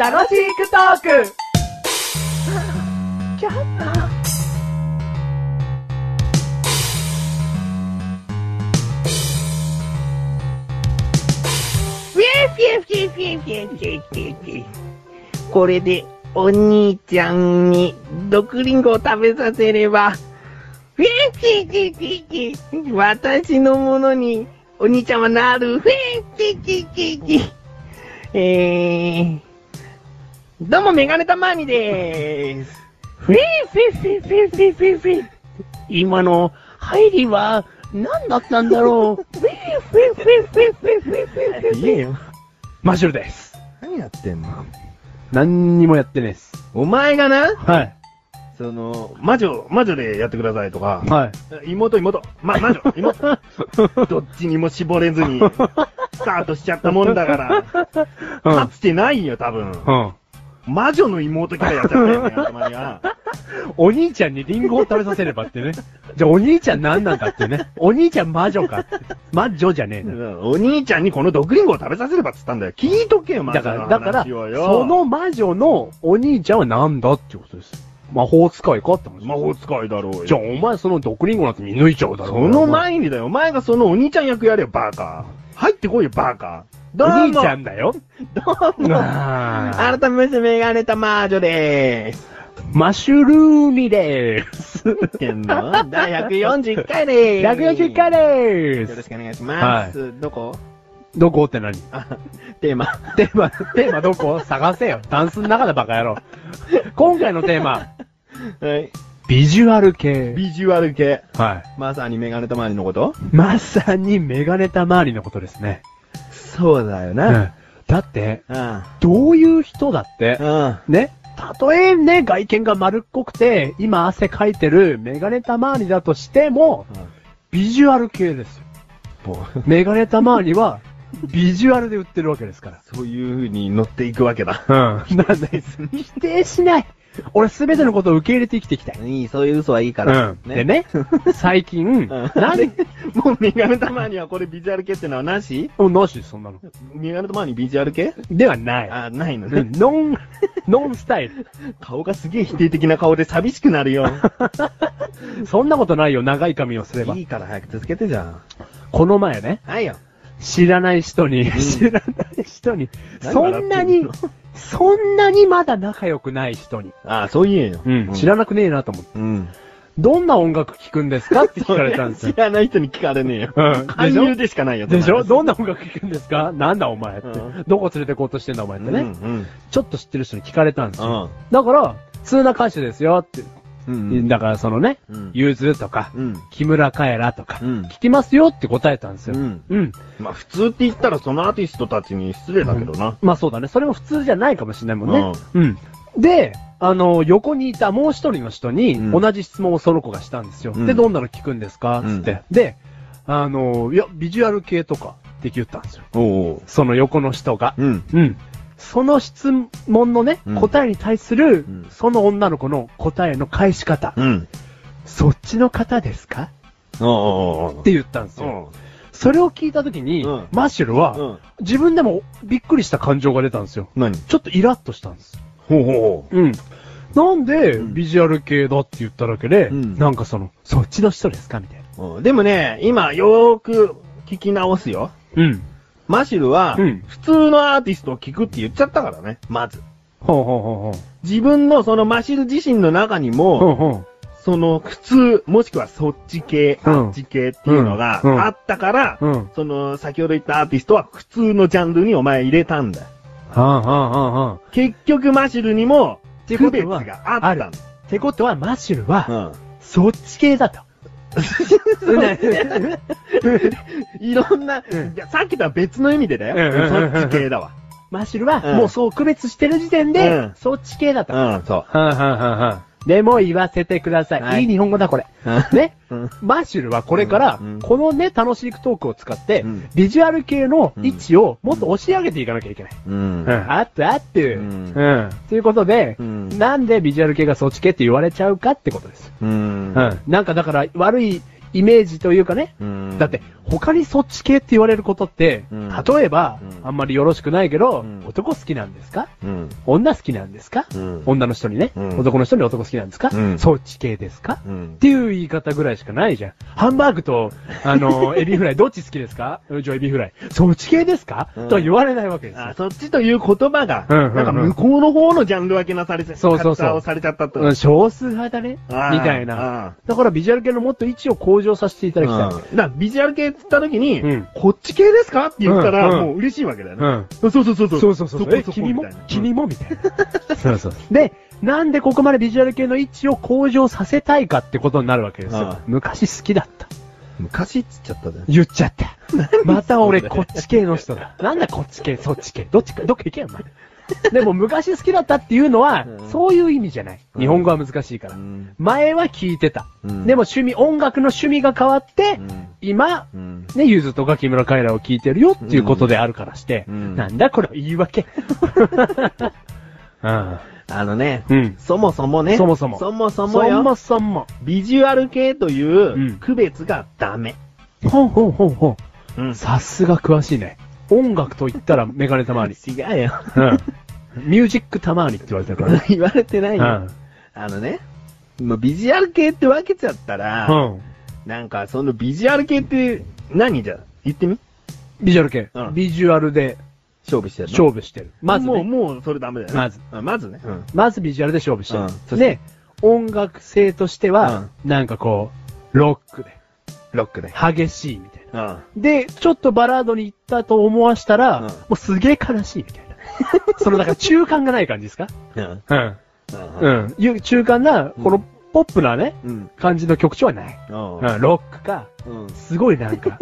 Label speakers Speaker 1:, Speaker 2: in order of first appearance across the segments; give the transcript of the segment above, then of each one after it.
Speaker 1: 楽しくトーク
Speaker 2: ピエピエピエピエピエピエピエピエこれで、お兄ちゃんに、毒リンゴを食べさせれば、フェッチチチチチ私のものに、お兄ちゃんはなる、フェッチチチチえー、どうも、メガネたまーにでーす。フェッフェッフェッフェッフェッフェッフェッ今の入りは、何だったんだろ う。フェッフェッフェッフェッフェッフェッフェッフェッ
Speaker 3: 言えよ。マシュルです。
Speaker 4: 何やってんの
Speaker 3: 何にもやってねえっす。
Speaker 4: お前がな、
Speaker 3: はい。
Speaker 4: その、魔女、魔女でやってくださいとか、
Speaker 3: はい。
Speaker 4: 妹、妹、ま、魔女、 妹、どっちにも絞れずに、スタートしちゃったもんだから、
Speaker 3: うん。
Speaker 4: かつてないよ、多分。
Speaker 3: うん。
Speaker 4: 魔女の妹キャラやっちゃっ たよね、頭には。
Speaker 3: お兄ちゃんにリンゴを食べさせればってね。じゃあお兄ちゃん何なんだってね。お兄ちゃん魔女かって。魔女じゃねえな。
Speaker 4: お兄ちゃんにこの毒リンゴを食べさせればっつったんだよ。聞いとけよ、魔
Speaker 3: だ
Speaker 4: 女
Speaker 3: から、
Speaker 4: の
Speaker 3: だから、
Speaker 4: 話をよ。
Speaker 3: その魔女のお兄ちゃんはなんだってことです。魔法使いかって話。
Speaker 4: 魔法使いだろうよ。
Speaker 3: じゃあお前その毒リンゴなんて見抜いちゃうだろ。
Speaker 4: その前にだよ、お前がそのお兄ちゃん役やれよ、バーカー。入ってこいよ、バーカー。ど
Speaker 3: お
Speaker 4: うも
Speaker 3: 兄ちゃんだよ。
Speaker 2: どうも。
Speaker 3: あ
Speaker 2: 改めまして、メガネたまーじょでー す。
Speaker 3: マシュルーミでーす。
Speaker 4: ってんの
Speaker 2: 第141回 でーす。
Speaker 3: 140回で
Speaker 2: よろ
Speaker 3: ー
Speaker 2: し
Speaker 3: す。
Speaker 2: くお願いします。どこ
Speaker 3: どこって何
Speaker 2: あ、テーマ。
Speaker 3: テーマ、テーマどこ探せよ。ダンスの中でバカ野郎。今回のテーマ、
Speaker 2: はい。
Speaker 3: ビジュアル系。
Speaker 2: ビジュアル系。
Speaker 3: はい。
Speaker 2: まさにメガネたまーにのこと
Speaker 3: まさにメガネた周りのことですね。
Speaker 2: そうだよ
Speaker 3: う
Speaker 2: な。
Speaker 3: ん。だって、
Speaker 2: うん。
Speaker 3: どういう人だって、
Speaker 2: うん。
Speaker 3: ね。たとえね、外見が丸っこくて、今汗かいてるメガネた周りだとしても、ビジュアル系ですよ。メガネた周りは、ビジュアルで売ってるわけですから。
Speaker 4: そういう風に乗っていくわけだ。
Speaker 3: うん。なんで、否定しない。俺すべてのことを受け入れて生きていきたい。
Speaker 2: いい、そういう嘘はいいから。
Speaker 3: うん。で。ね、最近、なんで、
Speaker 4: もう、メガネたまにはこれビジュアル系ってのはなし
Speaker 3: もうなし、そんなの。
Speaker 4: メガネたまにビジュアル系
Speaker 3: ではない。
Speaker 4: あ、ないの
Speaker 3: う
Speaker 4: ね
Speaker 3: ん。ノン、ノンスタイル。
Speaker 4: 顔がすげえ否定的な顔で寂しくなるよ。
Speaker 3: そんなことないよ、長い髪をすれば
Speaker 4: い。いから早く続けてじゃん。
Speaker 3: この前ね、
Speaker 4: はいよ。
Speaker 3: 知らない人に、知らない人に、
Speaker 4: 何
Speaker 3: そんなに
Speaker 4: 笑、
Speaker 3: そんなにまだ仲良くない人に、
Speaker 4: あ、そう言えよ。
Speaker 3: 知らなくねえなと思って、
Speaker 4: うん。
Speaker 3: どんな音楽聴くんですかって聞かれたんですよ
Speaker 4: 知。らない人に聞かれねえよ。
Speaker 3: うんで
Speaker 4: 勧
Speaker 3: しょ
Speaker 4: 誘でしかないよ。
Speaker 3: でしょどん
Speaker 4: な
Speaker 3: な音楽聴くんですかなんだお前って
Speaker 4: う。
Speaker 3: どこ連れてこうとしてんだお前って
Speaker 4: ね。
Speaker 3: ね。ちょっと知ってる人に聞かれたんですよ。
Speaker 4: ん。
Speaker 3: だから、普通な歌手ですよって。
Speaker 4: うん。
Speaker 3: だからそのね
Speaker 4: うん、
Speaker 3: ゆずとか、
Speaker 4: うん。
Speaker 3: 木村カエラとか、
Speaker 4: うん
Speaker 3: 聞きますよって答えたんですよ。
Speaker 4: うん
Speaker 3: うん。
Speaker 4: まあ普通って言ったらそのアーティストたちに失礼だけどな。
Speaker 3: まあそうだね。それも普通じゃないかもしれないもんね。うん。で、あの、横にいたもう一人の人に
Speaker 4: うん
Speaker 3: 同じ質問をその子がしたんですよ。
Speaker 4: うん
Speaker 3: で、どんなの聞くんですか
Speaker 4: う
Speaker 3: つ
Speaker 4: ん
Speaker 3: って。で、あの、いや、ビジュアル系とかって言ったんですよ。
Speaker 4: おう
Speaker 3: その横の人が。
Speaker 4: うん。
Speaker 3: うん。その質問のね、
Speaker 4: うん
Speaker 3: 答えに対する、
Speaker 4: うん
Speaker 3: その女の子の答えの返し方。
Speaker 4: うん。
Speaker 3: そっちの方ですか
Speaker 4: おうおうおう
Speaker 3: って言ったんですよ。それを聞いたときに、
Speaker 4: うん
Speaker 3: マッシュルは、
Speaker 4: うん
Speaker 3: 自分でもびっくりした感情が出たんですよ。
Speaker 4: 何
Speaker 3: ちょっとイラッとしたんです。
Speaker 4: ほうほうほ
Speaker 3: うん。なんで、
Speaker 4: ん
Speaker 3: ビジュアル系だって言っただけで、
Speaker 4: うん
Speaker 3: なんかその、そっちの人ですかみたいな。
Speaker 4: ううん。でもね、今よーく聞き直すよ。
Speaker 3: うん。
Speaker 4: マシルは、
Speaker 3: うん
Speaker 4: 普通のアーティストを聞くって言っちゃったからね、まず。
Speaker 3: ほうほうほうほう。
Speaker 4: 自分のそのマシル自身の中にも、
Speaker 3: ほうほう。
Speaker 4: その普通、もしくはそっち系、
Speaker 3: うん
Speaker 4: あっち系っていうのが
Speaker 3: うん
Speaker 4: あったから、
Speaker 3: うん
Speaker 4: その先ほど言ったアーティストは普通のジャンルにお前入れたんだよ。
Speaker 3: はあはあはあはあ。
Speaker 4: 結局マシルにも
Speaker 3: て
Speaker 4: 区
Speaker 3: こと
Speaker 4: 別
Speaker 3: は
Speaker 4: があったんだ。
Speaker 3: ってことは、マッシュルは、
Speaker 4: うん
Speaker 3: そっち系 だと。
Speaker 4: いろんな、
Speaker 3: うん
Speaker 4: いやさっきとは別の意味でだよ。
Speaker 3: うん
Speaker 4: そっち系だわ。
Speaker 3: マッシュルは、
Speaker 4: うん
Speaker 3: もうそう区別してる時点で、
Speaker 4: うん
Speaker 3: そっち系だと。は
Speaker 4: うん、そ
Speaker 3: あはあはあはあでも言わせてください。、
Speaker 4: はいい
Speaker 3: い日本語だ、これ。ね、
Speaker 4: うん
Speaker 3: マッシュルはこれから、
Speaker 4: うんうん
Speaker 3: このね、楽しいトークを使って、
Speaker 4: うん
Speaker 3: ビジュアル系の位置をもっと押し上げていかなきゃいけない。
Speaker 4: う。うん。
Speaker 3: あっとあっと。う
Speaker 4: うん
Speaker 3: ん。ということで、
Speaker 4: うん
Speaker 3: なんでビジュアル系がそっち系って言われちゃうかってことです。
Speaker 4: うん
Speaker 3: うん。なんかだから悪いイメージというかね、
Speaker 1: うん
Speaker 3: だって、他にそっち系って言われることって、
Speaker 1: うん
Speaker 3: 例えば、
Speaker 1: うん
Speaker 3: あんまりよろしくないけど、
Speaker 1: うん
Speaker 3: 男好きなんですか
Speaker 1: うん。
Speaker 3: 女好きなんですか、
Speaker 1: うん
Speaker 3: 女の人にね、
Speaker 1: うん
Speaker 3: 男の人に男好きなんですか、
Speaker 1: うん
Speaker 3: そっち系ですか、
Speaker 1: う
Speaker 3: っ
Speaker 1: ん。
Speaker 3: ていう言い方ぐらいしかないじゃん。ハンバーグと、あの、エビフライ、どっち好きですかじゃあエビフライ。そっち系ですか、
Speaker 1: うん
Speaker 3: とは言われないわけですよ
Speaker 4: あ、そっちという言葉が、
Speaker 3: うんうんうん
Speaker 4: なんか向こうの方のジャンル分けなされて、
Speaker 3: そうそうそう
Speaker 4: カッターをされちゃったと。
Speaker 3: うん少数派だね。み
Speaker 4: あー
Speaker 3: たいな。
Speaker 4: あー
Speaker 3: だからビジュアル系のもっと位置を向上させていただきたい。
Speaker 4: だからビジュアル系って言った時に、
Speaker 3: うん
Speaker 4: こっち系ですかって言ったら、
Speaker 3: うんうん
Speaker 4: もう嬉しいわけだよね。
Speaker 3: ん。
Speaker 4: そうそうそうそう。
Speaker 3: そうそうそう。
Speaker 4: こ
Speaker 3: え
Speaker 4: こ
Speaker 3: 君も
Speaker 4: みたいな
Speaker 3: 君もみたいな。 そうそう。で、なんでここまでビジュアル系の位置を向上させたいかってことになるわけですよ
Speaker 1: あ。
Speaker 3: 昔好きだった。
Speaker 1: 昔っつっちゃったね。
Speaker 3: 言っちゃった。また俺こっち系の人だ。なんだこっち系、そっち系。どっちか、どっか行けよ、お前。でも昔好きだったっていうのは
Speaker 1: う、ん
Speaker 3: そういう意味じゃない。日本語は難しいから
Speaker 1: う。ん。
Speaker 3: 前は聞いてた。
Speaker 1: うん
Speaker 3: でも趣味、音楽の趣味が変わって、今、
Speaker 1: うん。
Speaker 3: ね、ゆずとか木村カエラを聞いてるよっていうことであるからして、
Speaker 1: うん
Speaker 3: なんだこれ言い訳。 うん。
Speaker 2: あのね、
Speaker 3: うん。
Speaker 2: そもそもね、
Speaker 3: そもそも
Speaker 2: そもそ
Speaker 3: そ
Speaker 2: もよ、
Speaker 3: もそも。
Speaker 2: ビジュアル系とい
Speaker 3: うん
Speaker 2: う区別がダメ。
Speaker 3: ほんほんほんほ
Speaker 4: うん
Speaker 3: ん。さすが詳しいね。音楽と言ったらメガネたまわり。
Speaker 2: 違うよ。
Speaker 3: うん。ミュージックたまわりって言われてるからね。
Speaker 2: 言われてないよ。
Speaker 3: う
Speaker 2: あのね、もうビジュアル系って分けちゃったら、
Speaker 3: ん。うん。
Speaker 2: なんかそのビジュアル系って何じゃ言ってみ
Speaker 3: ビジュアル系
Speaker 2: う。ん
Speaker 3: ビジュアルで
Speaker 2: 勝負してるの。
Speaker 3: 勝負してる。まずね、
Speaker 4: もう、もう、それダメだよね。
Speaker 3: まず。
Speaker 2: あまずね。うん。
Speaker 3: まずビジュアルで勝負して
Speaker 1: うん
Speaker 3: る。で、音楽性としては、なんかこう、ロックで、
Speaker 2: ロックね。
Speaker 3: 激しいみたいな。
Speaker 2: うん。
Speaker 3: で、ちょっとバラードに行ったと思わしたら、
Speaker 1: うん
Speaker 3: もうすげえ悲しいみたいな。 その、だから中間がない感じですか
Speaker 1: うん。
Speaker 3: うん。
Speaker 1: う。
Speaker 3: うんん。いう中間な、このポップなね、
Speaker 1: うん。
Speaker 3: 感じの曲調はない。
Speaker 1: うん
Speaker 3: うん、ロックか、
Speaker 1: うん。
Speaker 3: すごいなん か、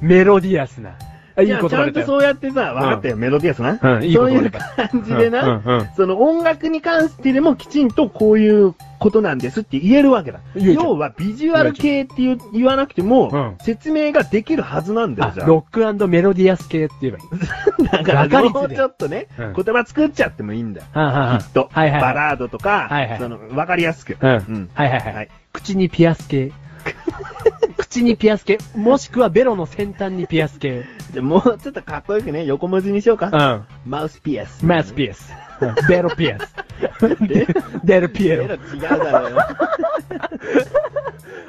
Speaker 3: メロディアスな。あいい
Speaker 4: じゃ
Speaker 3: 言葉
Speaker 4: あ、ちゃ
Speaker 3: 出た
Speaker 4: んと
Speaker 3: よ。
Speaker 4: そうやってさ、分かったよ、メロディアスな。
Speaker 3: うん、いい言
Speaker 4: そう
Speaker 3: 葉
Speaker 4: い
Speaker 3: 出
Speaker 4: う
Speaker 3: た。
Speaker 4: 感じでな、
Speaker 3: うんうんうん
Speaker 4: その音楽に関してでもきちんとこういうことなんですって言えるわけだ。
Speaker 3: 言えちゃう
Speaker 4: 要はビジュアル系って言う言わなくても、
Speaker 3: うん
Speaker 4: 説明ができるはずなんだ
Speaker 3: あ
Speaker 4: よ、じゃあ。
Speaker 3: ロックメロディアス系って言えばいい。
Speaker 4: だか、
Speaker 3: わからりつで
Speaker 4: もうちょっとね、
Speaker 3: うん
Speaker 4: 言葉作っちゃってもいいんだよ。
Speaker 3: はあはあはあ
Speaker 4: きっと、
Speaker 3: はいはいはい
Speaker 4: バラードとか、
Speaker 3: はいはい
Speaker 4: その、わかりやすく。
Speaker 3: うん。
Speaker 1: ん
Speaker 3: はいはいはい。
Speaker 4: はい
Speaker 3: 口にピアス 系。口にピアス系。もしくはベロの先端にピアス系。
Speaker 2: じゃあもうちょっとかっこよくね、横文字にしようか。
Speaker 3: ん。
Speaker 2: マウスピアス。
Speaker 3: マスピアス。ベロピアス。デルピエ
Speaker 2: えら
Speaker 3: ロ
Speaker 2: い。違うだろうよ。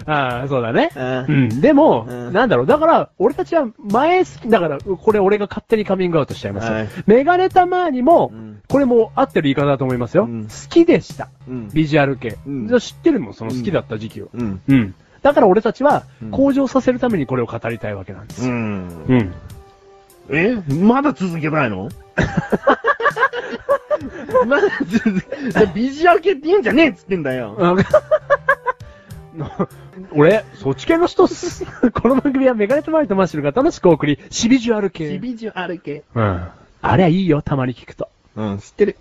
Speaker 3: ああ、そうだね。
Speaker 2: う
Speaker 3: うんん。でも、
Speaker 2: うん
Speaker 3: なんだろう。だから、俺たちは前好き、だから、これ俺が勝手にカミングアウトしちゃいますよ。
Speaker 2: はい
Speaker 3: メガネたまにも、
Speaker 1: うん
Speaker 3: これも合ってる言い方だと思いますよ。
Speaker 1: うん
Speaker 3: 好きでした。
Speaker 1: うん。
Speaker 3: ビジュアル系。
Speaker 1: うん
Speaker 3: じゃあ知ってるもん、その好きだった時期を。
Speaker 1: うん。
Speaker 3: うん。だから俺たちは
Speaker 1: うん、
Speaker 3: 向上させるためにこれを語りたいわけなんです
Speaker 1: う
Speaker 3: よ。
Speaker 1: ん。
Speaker 3: うん。
Speaker 4: えまだ続けない のまだ続け、ビジュアル系って言うんじゃねえっつってんだよ。
Speaker 3: あ 俺、そっち系の人っす、 この番組はメガネとマリとマッシュルが楽しくお送り、シビジュアル系。
Speaker 4: ビジュアル系。
Speaker 3: うん。あれはいいよ、たまに聞くと。
Speaker 1: うん。知ってる。